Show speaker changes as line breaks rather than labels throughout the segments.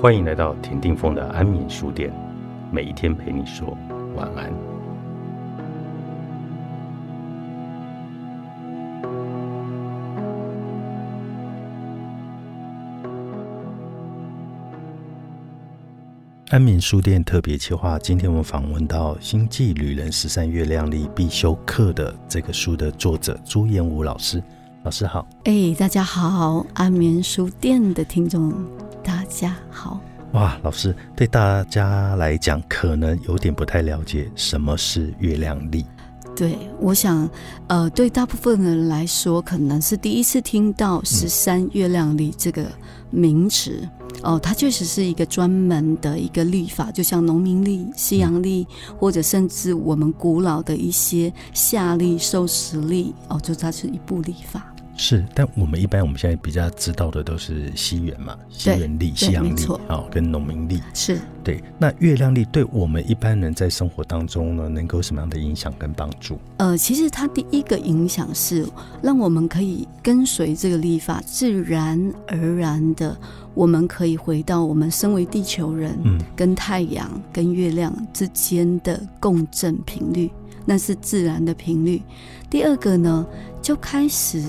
欢迎来到田定峰的安眠书店，每一天陪你说晚安。安眠书店特别企划，今天我们访问到《星际旅人十三月亮历必修课》的这个书的作者朱彦武老师。老师好，
哎、大家好，安眠书店的听众，大家好。
哇，老师对大家来讲可能有点不太了解什么是月亮历。
对，我想，呃，对大部分人来说，可能是第一次听到“十三月亮历”这个名词。哦，它确实是一个专门的一个历法，就像农民历、西洋历，或者甚至我们古老的一些夏历、授时历，哦，就它是一部历法。
是，但我们一般我们现在比较知道的都是西元嘛，西
对
元历、西洋
没
历
错
哦，跟农民历。
是，
对，那月亮历对我们一般人在生活当中呢，能够有什么样的影响跟帮助？
呃，其实它第一个影响是让我们可以跟随这个历法，自然而然的，我们可以回到我们身为地球人、
嗯，
跟太阳、跟月亮之间的共振频率，那是自然的频率。第二个呢，就开始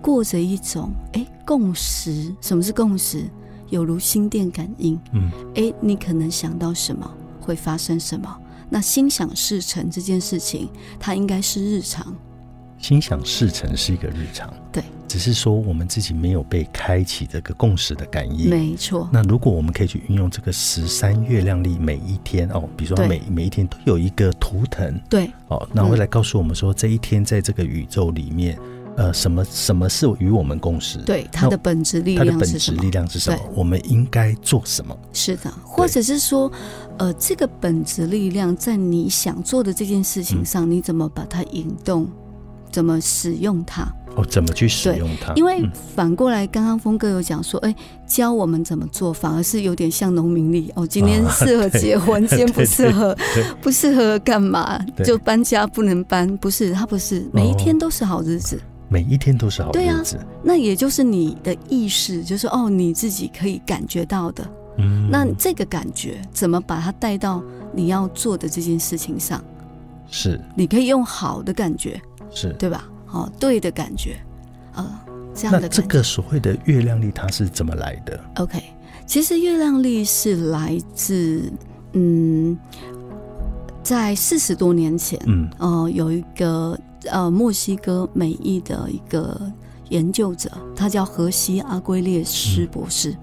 过着一种诶共识，什么是共识？有如心电感应，
嗯，
诶，你可能想到什么，会发生什么？那心想事成这件事情，它应该是日常，
心想事成是一个日常，
对，
只是说我们自己没有被开启这个共识的感应。
没错，
那如果我们可以去运用这个十三月亮历，每一天哦，比如说
对
每每一天都有一个图腾
对，
哦，那
嗯
会来告诉我们说这一天在这个宇宙里面，呃，什么什么是与我们共识，，
对，它的本质力
它的
量
本
是
质
什么
力？量是什么，我们应该做什么？
是的，或者是说，呃，这个本质力量在你想做的这件事
嗯
情上，你怎么把它引动，怎么使用它？
哦，怎么去使
对
用它？
因为
嗯
反过来，刚刚峰哥有讲说，哎，教我们怎么做，反而是有点像农民力哦。今天
啊
适合
对
结婚，今天不适合
对，
不适合干嘛？
对哦
就搬家不能搬，不是，它不是，每一天都是好日子。
每一天都是好
对啊
日子，
那也就是你的意识，就是哦，你自己可以感觉到的。
嗯，
那这个感觉怎么把它带到你要做的这件事情上？
是
你可以用好的感觉，
是。
对吧？哦，对的感觉，呃，这样
那
的感觉。
这个所谓的月亮历，它是怎么来的？
OK，其实月亮历是来自，嗯，在四十多年前，
嗯
呃，有一个呃墨西哥美裔的一个研究者，他叫荷西阿圭列斯博士。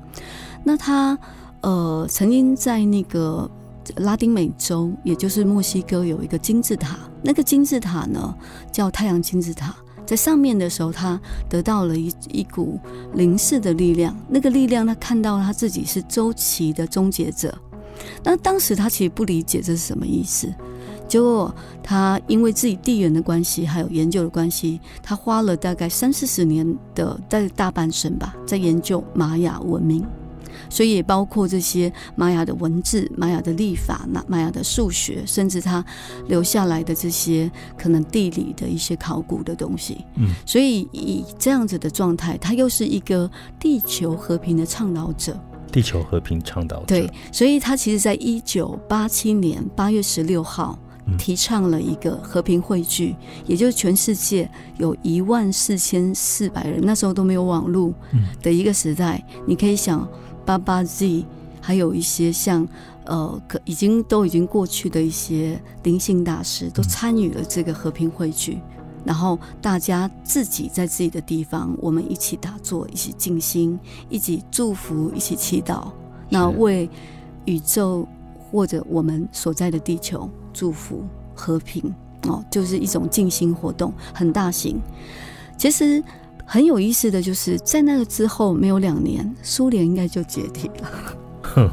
那他呃曾经在那个拉丁美洲，也就是墨西哥有一个金字塔，那个金字塔呢叫太阳金字塔。在上面的时候，他得到了一一股灵视的力量，那个力量他看到他自己是周期的终结者。那当时他其实不理解这是什么意思，结果他因为自己地缘的关系，还有研究的关系，他花了大概三四十年的在大半生吧，在研究玛雅文明，所以也包括这些玛雅的文字、玛雅的历法、那玛雅的数学，甚至他留下来的这些可能地理的一些考古的东西。
嗯，
所以以这样子的状态，他又是一个地球和平的倡导者。
地球和平倡导者。
对，所以他其实在一九八七年八月十六号
嗯
提倡了一个和平汇聚，也就是全世界有一万四千四百人，那时候都没有网络
嗯
的一个时代，你可以想八八 Z，还有一些像。呃，可已经都已经过去的一些灵性大师都
嗯
参与了这个和平汇聚，然后大家自己在自己的地方，我们一起打坐，一起静心，一起祝福，一起祈祷，那为宇宙或者我们所在的地球祝福和平哦，就是一种静心活动，很大型。其实很有意思的就是，在那个之后没有两年，苏联应该就解体了。
哼，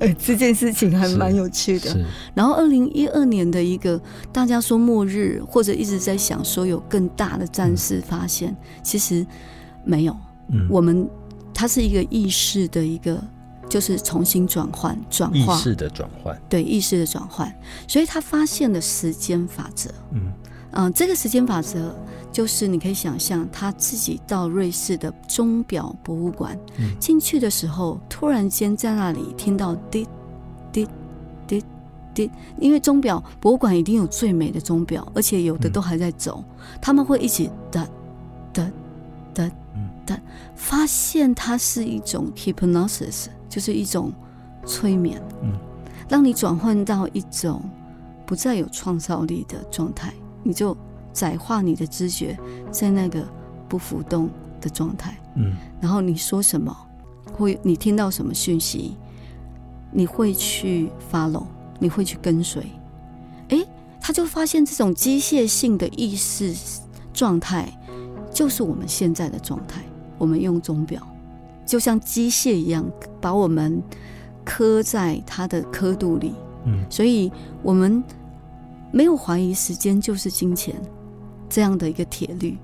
呃，这件事情还
是
蛮有趣的。
是
然后，二零一二年的一个大家说末日，或者一直在想说有更大的战事发现，其实没有。
嗯，
我们它是一个意识的一个，就是重新转换、转
意
化，
识的转换。
对意识的转换。所以他发现了时间法则，
嗯
嗯、这个时间法则就是你可以想象他自己到瑞士的钟表博物馆、
嗯
进去的时候，突然间在那里听到滴滴滴滴，因为钟表博物馆一定有最美的钟表，而且有的
嗯
都还在走，他们会一起哒哒哒
嗯
哒，发现它是一种 hypnosis，就是一种催眠，
嗯，
让你转换到一种不再有创造力的状态，你就窄化你的知觉，在那个不浮动的状态。
嗯
然后你说什么，或你听到什么讯息，你会去 follow，你会去跟随。诶，他就发现这种机械性的意识状态，就是我们现在的状态。我们用钟表，就像机械一样，把我们刻在它的刻度里。
嗯
所以我们没有怀疑时间就是金钱这样的一个铁律，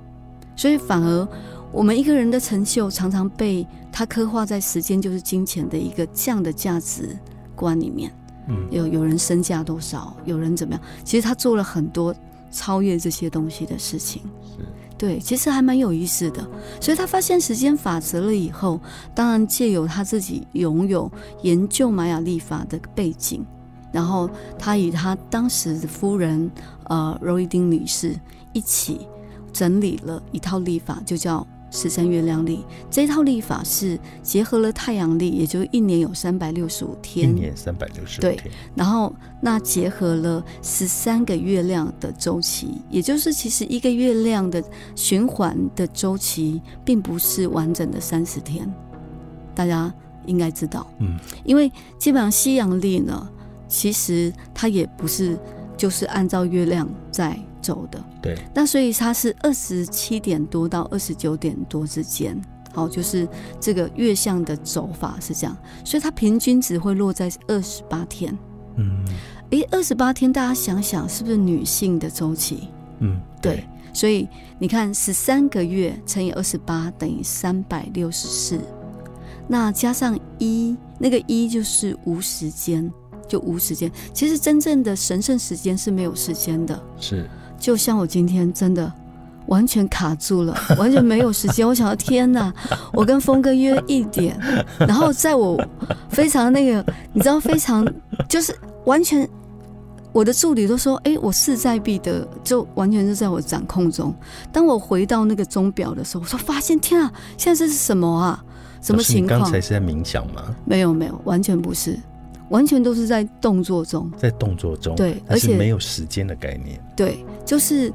所以反而我们一个人的成就常常被他刻画在时间就是金钱的一个这样的价值观里面。
嗯
有有人身价多少，有人怎么样，其实他做了很多超越这些东西的事情。
是
对，其实还蛮有意思的。所以他发现时间法则了以后，当然借由他自己拥有研究玛雅历法的背景，然后他与他当时的夫人呃柔伊丁女士一起整理了一套历法，就叫。十三月亮历这套历法是结合了太阳历，也就是一年有三百六十五
一
天，
年三百六十
对
天，
然后那结合了十三个月亮的周期，也就是其实一个月亮的循环的周期，并不是完整的三十天，大家应该知道，
嗯，
因为基本上西洋历呢，其实它也不是就是按照月亮在走的，
对，
那所以它是二十七点多到二十九点多之间，好，就是这个月相的走法是这样，所以它平均只会落在二十八天。
嗯
诶，二十八天，大家想想是不是女性的周期？
嗯，
对，所以你看，十三个月乘以二十八等于三百六十四，那加上一，那个一就是无时间，就无时间。其实真正的神圣时间是没有时间的，
是，
就像我今天真的完全卡住 了，完全没有时间。我想到天哪，我跟峰哥约一点，然后在我非常那个，你知道，非常就是完全。我的助理都说：“哎、我势在必得，就完全是在我掌控中。”当我回到那个钟表的时候，我说：“发现天啊，现在这是什么啊？什么
老师你
情况
刚才是在冥想吗？？”
没有，没有，完全不是，完全都是在动作中。
在动作中，
对
但是
而且
没有时间的概念，
对，就是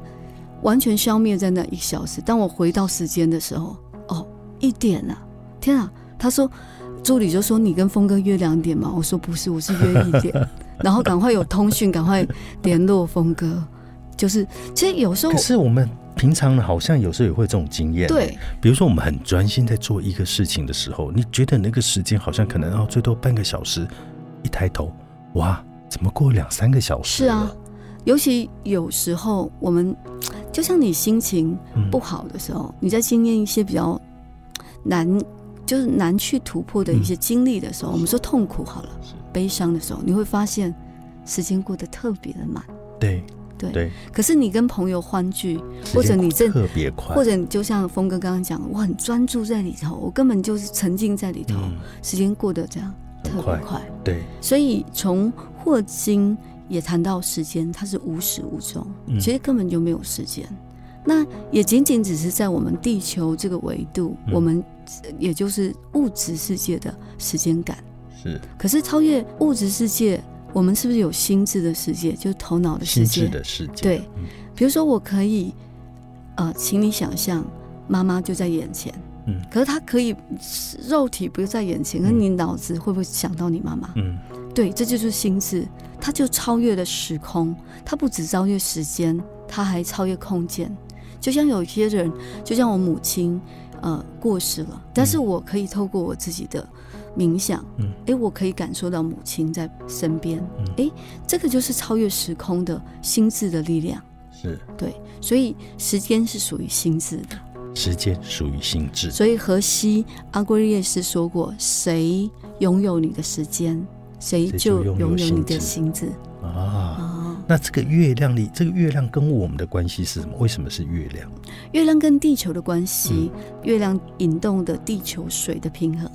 完全消灭在那一小时。当我回到时间的时候，哦，一点啊，天啊！他说，助理就说你跟峰哥约两点嘛，我说不是，我是约一点， 然后赶快有通讯，赶快联络峰哥。就是其实有时候
可是我们平常好像有时候也会有这种经验，
对，
比如说我们很专心在做一个事情的时候，你觉得那个时间好像可能要最多半个小时，一抬头，哇，怎么过两三个小时
是
了？
啊，尤其有时候我们就像你心情
嗯，
不好的时候，你在经验一些比较难，就是难去突破的一些经历的时候，我们说痛苦好了
嗯是，
悲伤的时候，你会发现时间过得特别的慢。
对
对
对，
可是你跟朋友欢聚，
时
或者
间
你正
特别快，
或
者
者你就像峰哥刚刚讲，我很专注在里头，我根本就是沉浸在里头，
嗯，
时间过得这样
很
特别
快
快。
对，
所以从霍金也谈到时间，它是无始无终，
嗯
其实根本就没有时间。那也仅仅只是在我们地球这个维度，
嗯
我们呃也就是物质世界的时间感。
是
可是超越物质世界，我们是不是有心智的世界，就是头脑的世
心
界
智？的世界，
对
嗯，
比如说，我可以，呃，请你想象妈妈就在眼前，
嗯
可是她可以肉体不在眼前，可是
嗯
你脑子会不会想到你妈妈？
嗯
对，这就是心智，它就超越了时空，它不只超越时间，它还超越空间。就像有些人，就像我母亲，呃，过世了，但是
嗯
我可以透过我自己的冥想，
嗯，
诶，我可以感受到母亲在身边
嗯，
诶，这个就是超越时空的心智的力量。
是
对，所以时间是属于心智的。
时间属于心智，
所以荷西阿圭列斯说过：“谁拥有你的时间，谁
谁就
就
拥有
拥有你
心
的
智
心智。”
啊。
哦，
那这个月亮里，这个月亮跟我们的关系是什么？为什么是月亮？
月亮跟地球的关系，月亮引动的地球水的平衡。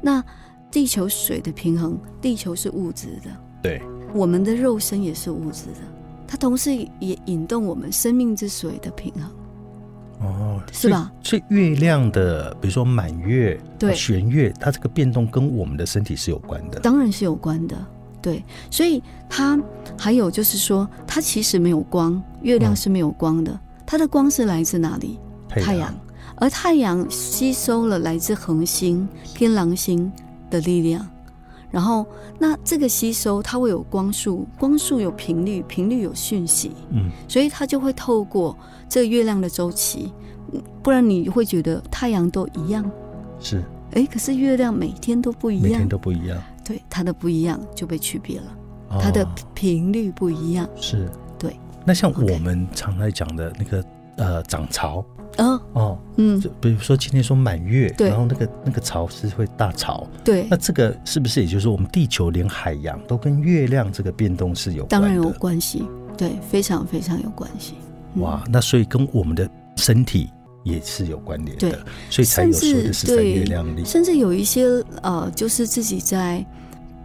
那地球水的平衡，地球是物质的，
对，
我们的肉身也是物质的，它同时也引动我们生命之水的平衡，
哦，
是吧
所以？所以月亮的，比如说满月、
对
啊弦月，它这个变动跟我们的身体是有关的。
当然是有关的。对，所以它还有就是说，它其实没有光，月亮
嗯
是没有光的，它的光是来自哪里？太阳，而太阳吸收了来自恒星、天狼星的力量，然后那这个吸收它会有光束，光束有频率，频率有讯息，
嗯，
所以它就会透过这个月亮的周期，嗯不然你会觉得太阳都一样，
是
诶，可是月亮每天都不一
每
样
天，都不一样，
对它的不一样就被区别了，它的
哦
频率不一样，
是
对。
那像
OK
我们常来讲的那个呃涨潮
呃，
哦，
嗯，
就比如说今天说满月，
对
然后那个那个潮是会大潮，
对
那，这个是不是也就是说我们地球连海洋都跟月亮这个变动是有关
当
的？
然有关系，对，非常非常有关系，嗯
哇，那所以跟我们的身体也是有关联
对
的，所以才有说的是
甚至
三
对
月亮历。
甚至有一些呃，就是自己在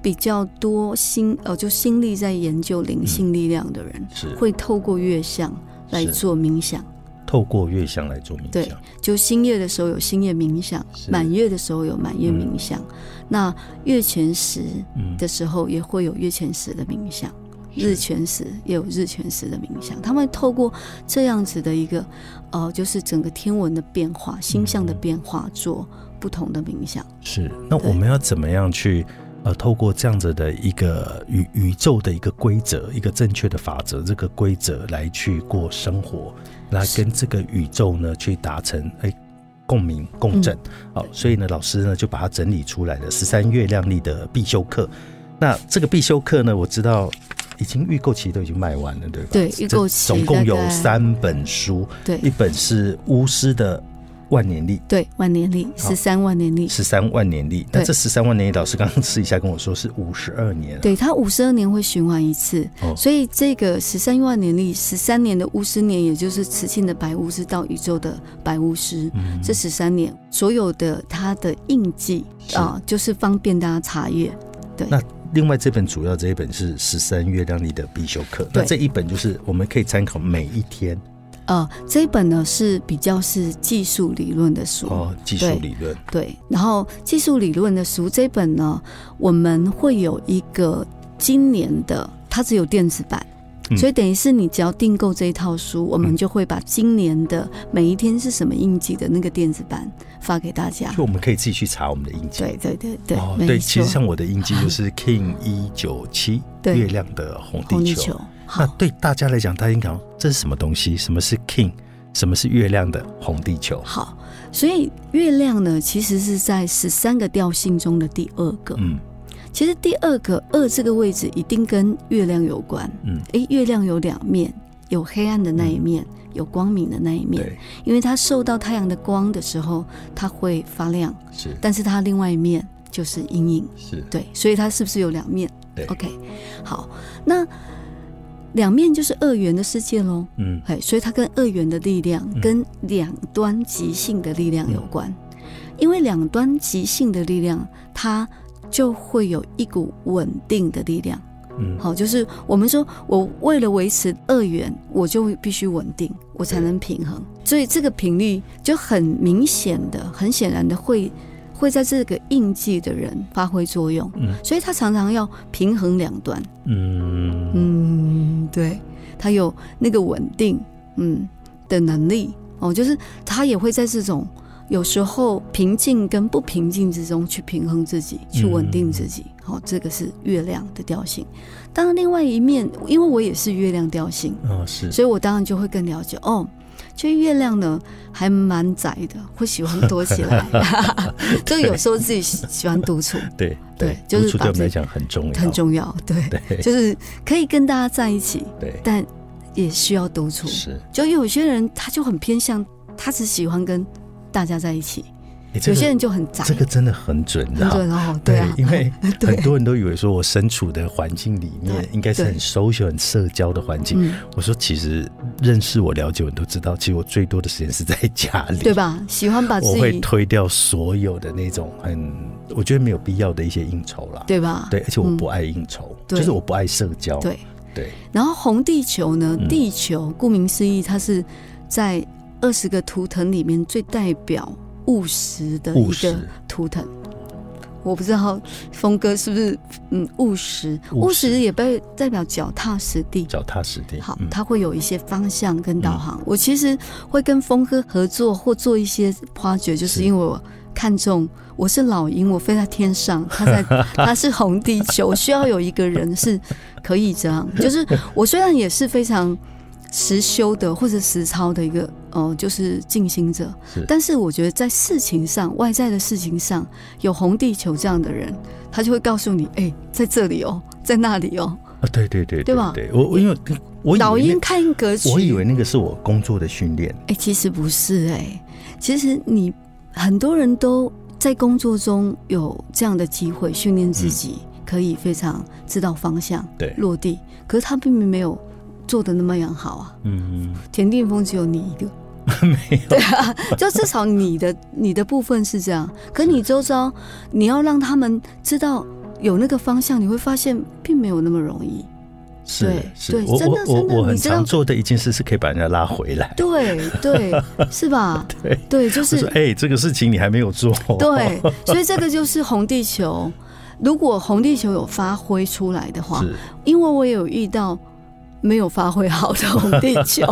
比较多心呃，就心力在研究
嗯
灵性力量的人，
是
会透过月相来
是
做冥想。
透过月相来做冥
对
想，
就新月的时候有新月冥想，
是
满月的时候有满月冥想，那月全食
嗯，
的时候也会有月全食的冥想。
是
日全食也有日全食的冥想，他们透过这样子的一个，呃，就是整个天文的变化、星象的
嗯
变化，做不同的冥想。
是。那
对
我们要怎么样去呃，透过这样子的一个宇宇宙的一个规则，一个正确的法则，这个规则来去过生活，来
是
跟这个宇宙呢去达成哎。共鸣共振，
嗯
好、所以呢，老师呢就把它整理出来了十三月亮历的必修课。那这个必修课呢，我知道已经预购期都已经卖完了，对吧？
对预购期
这总共有
大概
三本书，
对，
一本是巫师的万年历，
对，万年历
好
十三万年历，
十三万年历。那
对
这十三万年历，老师刚刚私底下跟我说是五十二年啊，
对，它五十二年会循环一次，
哦
所以这个十三万年历，十三年的巫师年，也就是慈庆的白巫师到宇宙的白巫师，
嗯
这十三年所有的它的印记
是
啊、就是方便大家查阅。对，
那另外这本主要这一本是十三月亮历的必修课，那
对
这一本就是我们可以参考每一天
呃，这一本呢是比较是技术理论的书，
哦，技术
对
理论
嗯对，然后技术理论的书这本呢，我们会有一个今年的，它只有电子版。
嗯
所以等于是你只要订购这一套书，我们就会把今年的每一天是什么印记的那个电子版发给大家
就。我们可以自己去查我们的印记。
对对对对，
哦，
没
对，其
错
实，像我的印记就是 King 一九七
对
月亮的红
红
地
地
球
球。。
那
好
对大家来讲，大家应该讲这是什么东西？什么是 King？什么是月亮的红地球？
好，所以月亮呢，其实是在十三个调性中的第二个。
嗯
其实第二个二这个位置一定跟月亮有关。
嗯，
诶，月亮有两面，有黑暗的那一面，有光明的那一面。
对，
因为它受到太阳的光的时候，它会发亮，
是
但是它另外一面就是阴影。
是，
对，所以它是不是有两面
对
？OK，好，那两面就是二元的世界喽。
嗯
哎，所以它跟二元的力量、跟两端极性的力量有
嗯
关，因为两端极性的力量，它就会有一股稳定的力量。
嗯，
好，就是我们说，我为了维持二元，我就必须稳定，我才能平衡。所以这个频率就很明显的、很显然的会会在这个印记的人发挥作用。
嗯，
所以他常常要平衡两端。
嗯
嗯，对，他有那个稳定，嗯的能力哦，就是他也会在这种有时候平静跟不平静之中去平衡自己，去稳定自己。好、这个是月亮的调性。当然，另外一面，因为我也是月亮调性，
哦是，
所以我当然就会更了解哦。其实月亮呢，还蛮宅的，会喜欢躲起来， 就有时候自己喜喜欢独处，
对
对就是
独处对
把
我们来
自己
讲很重要，
很重要。对，
对
就是可以跟大家在一起，
对
但也需要独处。
是，
就有些人他就很偏向，他只喜欢跟大家在一起，
诶这
有
个
些人就很宅，
这个真的很准，你知
很
道吗
准哦，对啊，
因为
对
很多人都以为说我身处的环境里面
对
应该是很
对
social、很社交的环境。
嗯，
我说，其实认识我、了解我，你都知道，其实我最多的时间是在家里，
对？吧？喜欢把自
我会
己，
推掉所有的那种很，我觉得没有必要的一些应酬啦。
对吧？
对，而且我
嗯
不爱应酬，
对
就是我不爱社交。
对。
对
然后红地球呢
嗯，
地球顾名思义，它是在二十个图腾里面最代表务实的
务
呃一
实
个图腾。我不知道峰哥是不是嗯务实，
务
务
实
实也被代表脚踏实地。
脚踏实地。
好
嗯，
它会有一些方向跟导航。我其实会跟峰哥合作或做一些挖掘，就是是因为我看中我是老鹰，我飞在天 上，他在他是红地球，我需要有一个人是可以 这样。就是我虽然也是非常实修的或者实操的一个呃，就是静心者
是，
但是我觉得在事情上外在的事情上，有红地球这样的人，他就会告诉你，哎、在这里哦，在那里哦。
啊，对对对
对吧
对，我我因为我以为
老
那
鹰看格局，
我以为那个是我工作的训练，
哎、其实不是哎、其实你很多人都在工作中有这样的机会训练
嗯
自己，可以非常知道方向、
对，
落地，可是他并没有做的那么样好啊。
嗯，
田定峰只有你一个， 啊
没有，
就至少你的你的部分是这样，可你周遭你要让他们知道有那个方向，你会发现并没有那么容易。
是
对
是，
对
我
真的
我
真的
我我很
你知道
常做的一件事是可以把人家拉回来。
对 对，是吧？
对，
对，就
就是说哎、这个事情你还没有做，，
对，所以这个就是红地球。如果红地球有发挥出来的话，
是
因为我也有遇到没有发挥好的红地 球，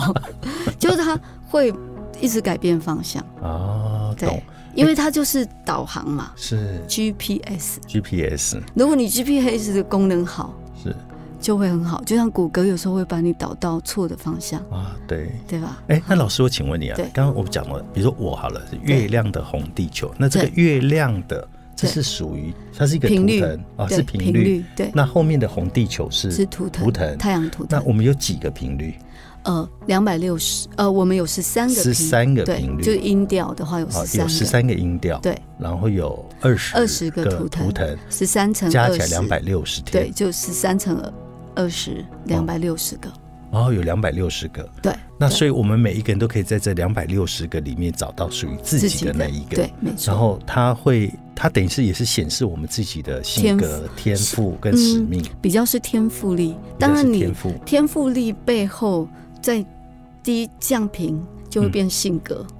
就是他会一直改变方向，
啊，懂
对，因为它就是导航嘛
是
，GPS。
GPS
如果你 GPS 的功能好，
是
就会很好，就像谷歌有时候会把你导到错的方向，
啊，对。
对吧？
哎、那老师，我请问你啊
对，
刚刚我讲了，比如说我好了，月亮的红地球，那这个
对
月亮的这
对
是属于它是一个图
频率
腾啊，
对
是频率。，
对，
那后面的红地球是
是图腾，
图腾
太阳图
那
腾。
我们有几个频率？
呃，两百六十，呃，我们有十三个频率，
13个
对
频率
就是音调的话有
好，
十
啊有十
三
三
个，
个音调，
对，
然后有二十
20个
图
图腾
腾，
十三乘
加
二
起来
十，
两百六十天
对，，就十三乘二十，两百六十个，
然哦后有两百六十个。
对，
那
对
所以我们每一个人都可以在这两百六十个里面找到属于自己的那一个。
对，没
然
错，
后它会，它等于是也是显示我们自己的性格、天赋跟使命。
比较是天赋力，当
也
然
是
你
天赋
天赋力背后在低降频就会变性格，嗯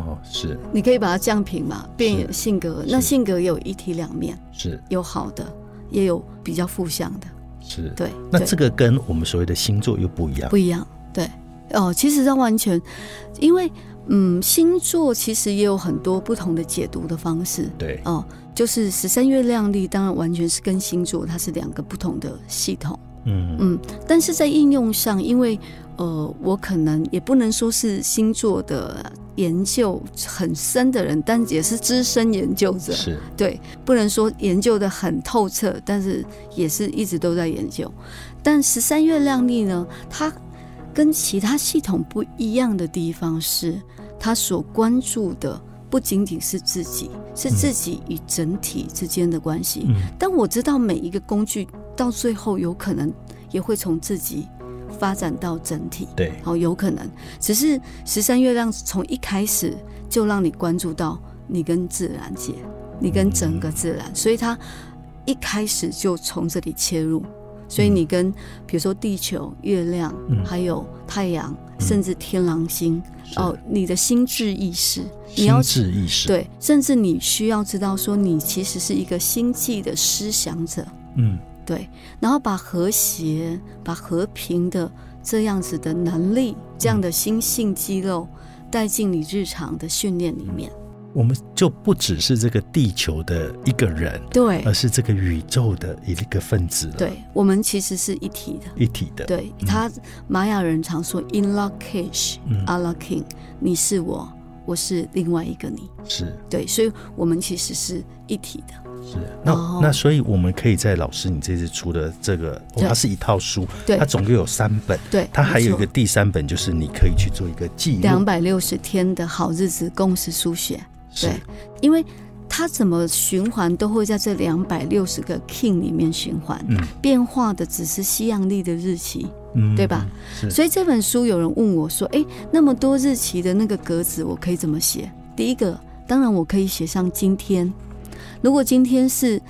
哦，是
你可以把它降频嘛，变
是
性格，
是
那性格有一体两面，
是
有好的，也有比较负向的，
是。
对，
那
对
这个跟我们所谓的星座又不一样
不一样。对，哦，其实它完全，因为嗯，星座其实也有很多不同的解读的方式。
对，
哦，就是十三月亮历，当然完全是跟星座它是两个不同的系统。
嗯，
嗯，但是在应用上，因为呃，我可能也不能说是星座的研究很深的人，但也是资深研究者。
是
对，不能说研究的很透彻，但是也是一直都在研究。但十三月亮历呢，它跟其他系统不一样的地方是，它所关注的不仅仅是自己，是自己与整体之间的关系。
嗯
但我知道每一个工具到最后有可能也会从自己发展到整体。
对，
好，哦有可能，只是十三月亮从一开始就让你关注到你跟自然界，你跟整个自然，所以它一开始就从这里切入，所以你跟、比如说地球、月亮，
嗯
还有太阳，甚至天狼星，
是
哦，你的心智意识，你
心
要
智意识，，
对，甚至你需要知道说，你其实是一个星际的思想者，
嗯，
对，然后把和谐、把和平的这样子的能力、这样的心性肌肉带进你日常的训练里面。
我们就不只是这个地球的一个人，
对
而，是这个宇宙的一个分子了，
对，我们其实是一体的。
一体的，
对他，玛雅人常说 “In la cage,
嗯
Allah King”，你是我，我是另外一个你。
是
对，所以我们其实是一体的。
是。那、
然后
那所以我们可以在老师你这次出的这个，哦、
对
它是一套书，
对
它总共有三本，
对，
它还有一个第三本就是你可以去做一个记录
两，百六十天的好日子共识书写，
是
对，因为它怎么循环都会在这两百六十个 king 里面循环，
嗯
变化的只是西洋历的日期。
嗯，
对吧？
是，
所以这本书有人问我说：“诶，那么多日期的那个格子，我可以怎么写？”第一个，当然我可以写上今天，如果今天是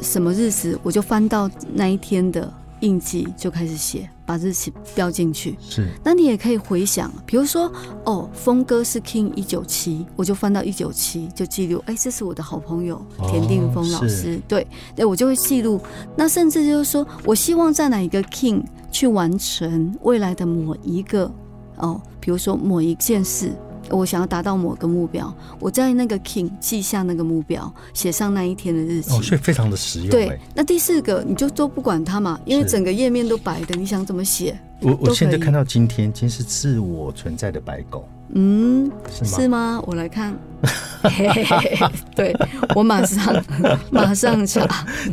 什么日子，我就翻到那一天的印记就开始写，把日期标进去。
是
那你也可以回想，比如说，哦，峰哥是 King 一九七，我就翻到一九七，就记录，哎，这是我的好朋友
哦
田定峰老师，对，对我就会记录。那甚至就是说我希望在哪一个 King 去完成未来的某一个，哦，比如说某一件事。我想要达到某个目标，我在那个 King 记下那个目标，写上那一天的日期。
哦，所以非常的实用。
对
哎，
那第四个你就都不管它嘛，因为
是
整个页面都白的，你想怎么写？
我
都
我现在
可以
看到今天，今天是自我存在的白狗，
嗯，
是吗？
是吗？我来看， 嘿嘿嘿对我马 上马上查，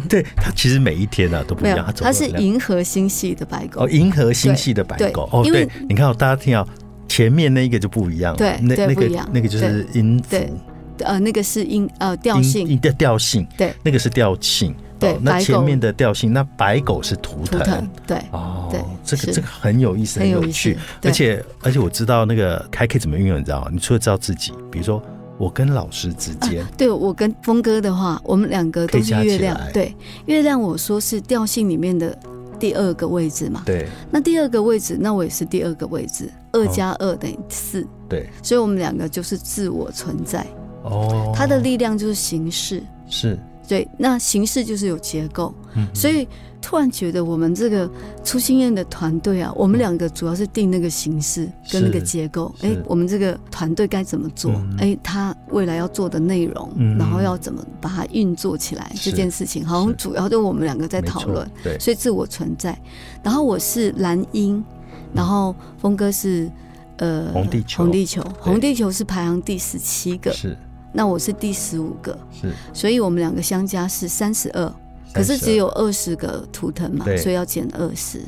对，它其实每一天啊都不一
没有
样，，总
它是
有两
银河星系的白狗
哦，，银河星系的白狗
对
哦，
因为
对，你看哦，大家听到前面那一个就不一样了，
对
那
对
那
不一样
个那个就是音符
对呃，那个是音呃调
音
性
音的调性，
对，
那个是调性，
对
哦那
白狗
前面的调性，那白狗是图
图腾
腾，，
对，
哦
对，
这个
是
这个很有意思，
很有意
趣
思，对
而且而且我知道那个还可以怎么运用，你知道吗？你除了知道自己，比如说我跟老师之间，
对我跟峰哥的话，我们两个都
可
是
以加起
月亮
来，
对，月亮我说是调性里面的第二个位置嘛，
对
那第二个位置，那我也是第二个位置，二加二等于四，
对，
所以我们两个就是自我存在，
哦，
它的力量就是形式。
是
对，那形式就是有结构，
嗯
所以突然觉得我们这个初心宴的团队啊，我们两个主要是定那个形式跟那个
是
结构，
是
哎，我们这个团队该怎么做
嗯，
哎、他未来要做的内容，
嗯
然后要怎么把它运作起来
是
这件事情，好
是
像主要就我们两个在
没
讨
错
论，
对，
所以自我存在，然后我是蓝鹰，然后峰哥是。呃，
嗯红地球
红地球，红地球是排行第十七个，
是
那我是第十五个，
是，
所以我们两个相加是三十二，可是
32
只有二十个图腾嘛
对，
所以要减二十，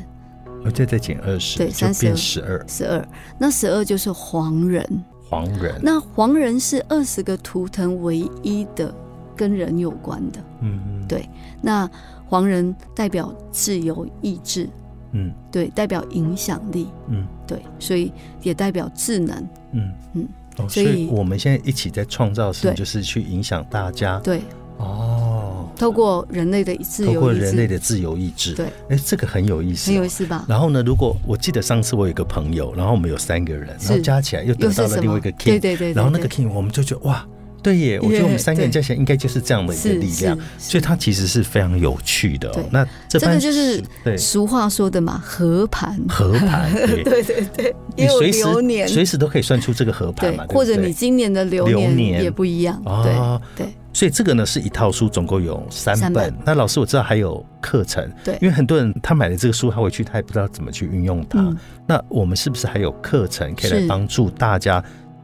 我再再减二十，
对
就变
32
十二。
十二。那十二就是黄人，
黄人，
那黄人是二十个图腾唯一的跟人有关的。
嗯
对那黄人代表自由意志，
嗯
对，代表影响力，
嗯
对，所以也代表智能，
嗯嗯
嗯，
哦，所
所以
以我们现在一起在创造的事情，
对
就是去影响大家
对，
哦，
透过人类的自
透过
由意
人类
志，
的自由意志，
对，
哎，这个很有意思
很有
哦。
意思吧？
然后呢？如果我记得上次我有一个朋友，然后我们有三个人，
是
然后加起来又
又
得到
是
了
什
另外
么？
一个 king，
对对对，
然后那个
对
king 我们就觉得哇，对耶！我觉得我们三个人
对
加起来应该就是这样的一个
是
力量，
是是
所以它其实是非常有趣的哦
对。
那这
这个
般
就是
对
俗话说的嘛，合盘。
合盘，对
对对对，
你
也有
随时
流年，
随时都可以算出这个合盘
对
嘛，，对
或
不
者
对
你今年的流
流年
年也不一样，
哦
对对
所以这个呢是一套书，总共有三本。
三本
那老师我知道还有课程，
对
因为很多人他买了这个书，他回去他也不知道怎么去运用它。
嗯
那我们是不是还有课程可以来
是
帮助大家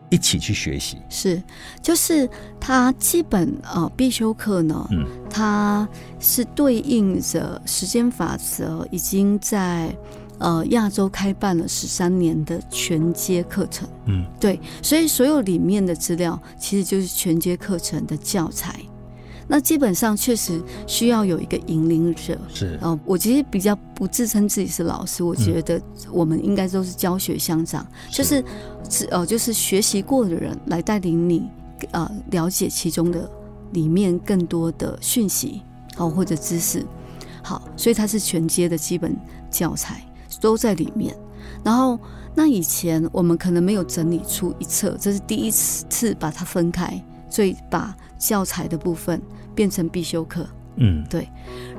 一起去学习？
是，就是它基本呃必修课呢，
嗯
它是对应着时间法则，已经在呃亚洲开办了十三年的全阶课程，
嗯，
对，所以所有里面的资料其实就是全阶课程的教材。那基本上确实需要有一个引领者，
是
哦，我其实比较不自称自己是老师，我觉得我们应该都是教学相长，就是是呃，就是学习过的人来带领你呃了解其中的里面更多的讯息，好、或者知识，好，所以它是全阶的基本教材都在里面。然后那以前我们可能没有整理出一册，这是第一次次把它分开，所以把教材的部分变成必修课。
嗯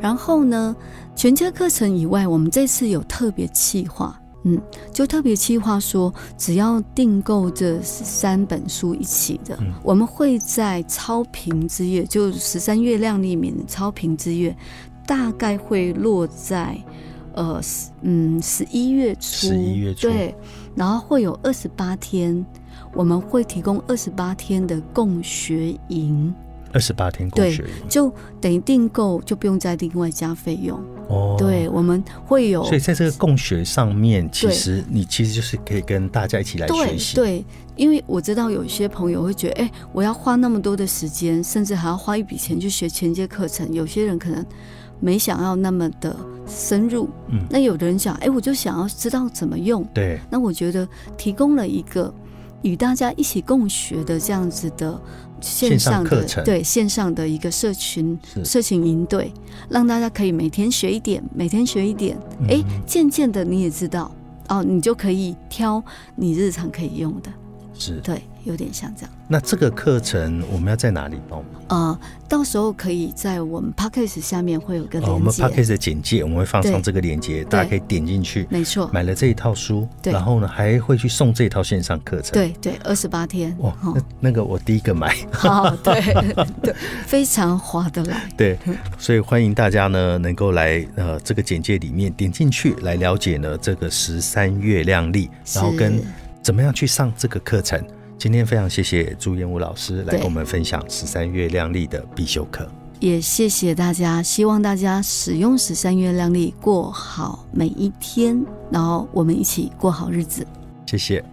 然后呢，全阶课程以外，我们这次有特别企划，嗯，就特别企划说，只要订购这三本书一起的，
嗯
我们会在超频之夜，就十三月亮里面的超频之夜，大概会落在。呃，十嗯，十一月初，
11月初
对，然后会有二十八天，我们会提供二十八天的共学营，
二二十八天共学营
就等于订购就不用再另外加费用。
哦，
对，。我们会有
所以在这个共学上面，其
对
实你其实就是可以跟大家一起来
对
学习。
对，因为我知道有一些朋友会觉得，哎，我要花那么多的时间，甚至还要花一笔钱去学前阶课程。有些人可能没想要那么的深入，
嗯
那有的人想，哎，我就想要知道怎么用。
对
那我觉得提供了一个与大家一起共学的这样子的线
上
上
课
的
程
对线上的一个社群
是
社群营队，让大家可以每天学一点，每天学一点，
嗯
哎、渐渐的你也知道哦，你就可以挑你日常可以用的，
是。
对，有点像这样。
那这个课程我们要在哪里报名？
呃，到时候可以在我们 p a c k a g e 下面会有个
哦，我
连
们
接，
p a c k a g e 的简介我们会放上
对
这个链接，大家可以点进去。
没错，
买了这一套书，
对
然后呢还会去送这一套线上课程。，
对哦对，二十八天，
哇，那那个我第一个买。
好，对对，非常划得来。
对，所以欢迎大家呢能够来呃这个简介里面点进去来了解呢这个十三月亮历，然后
是
跟怎么样去上这个课程。今天非常谢谢朱彦武老师来
对
跟我们分享十三月亮历的必修课。
也谢谢大家，希望大家使用十三月亮历过好每一天，然后我们一起过好日子。
谢谢，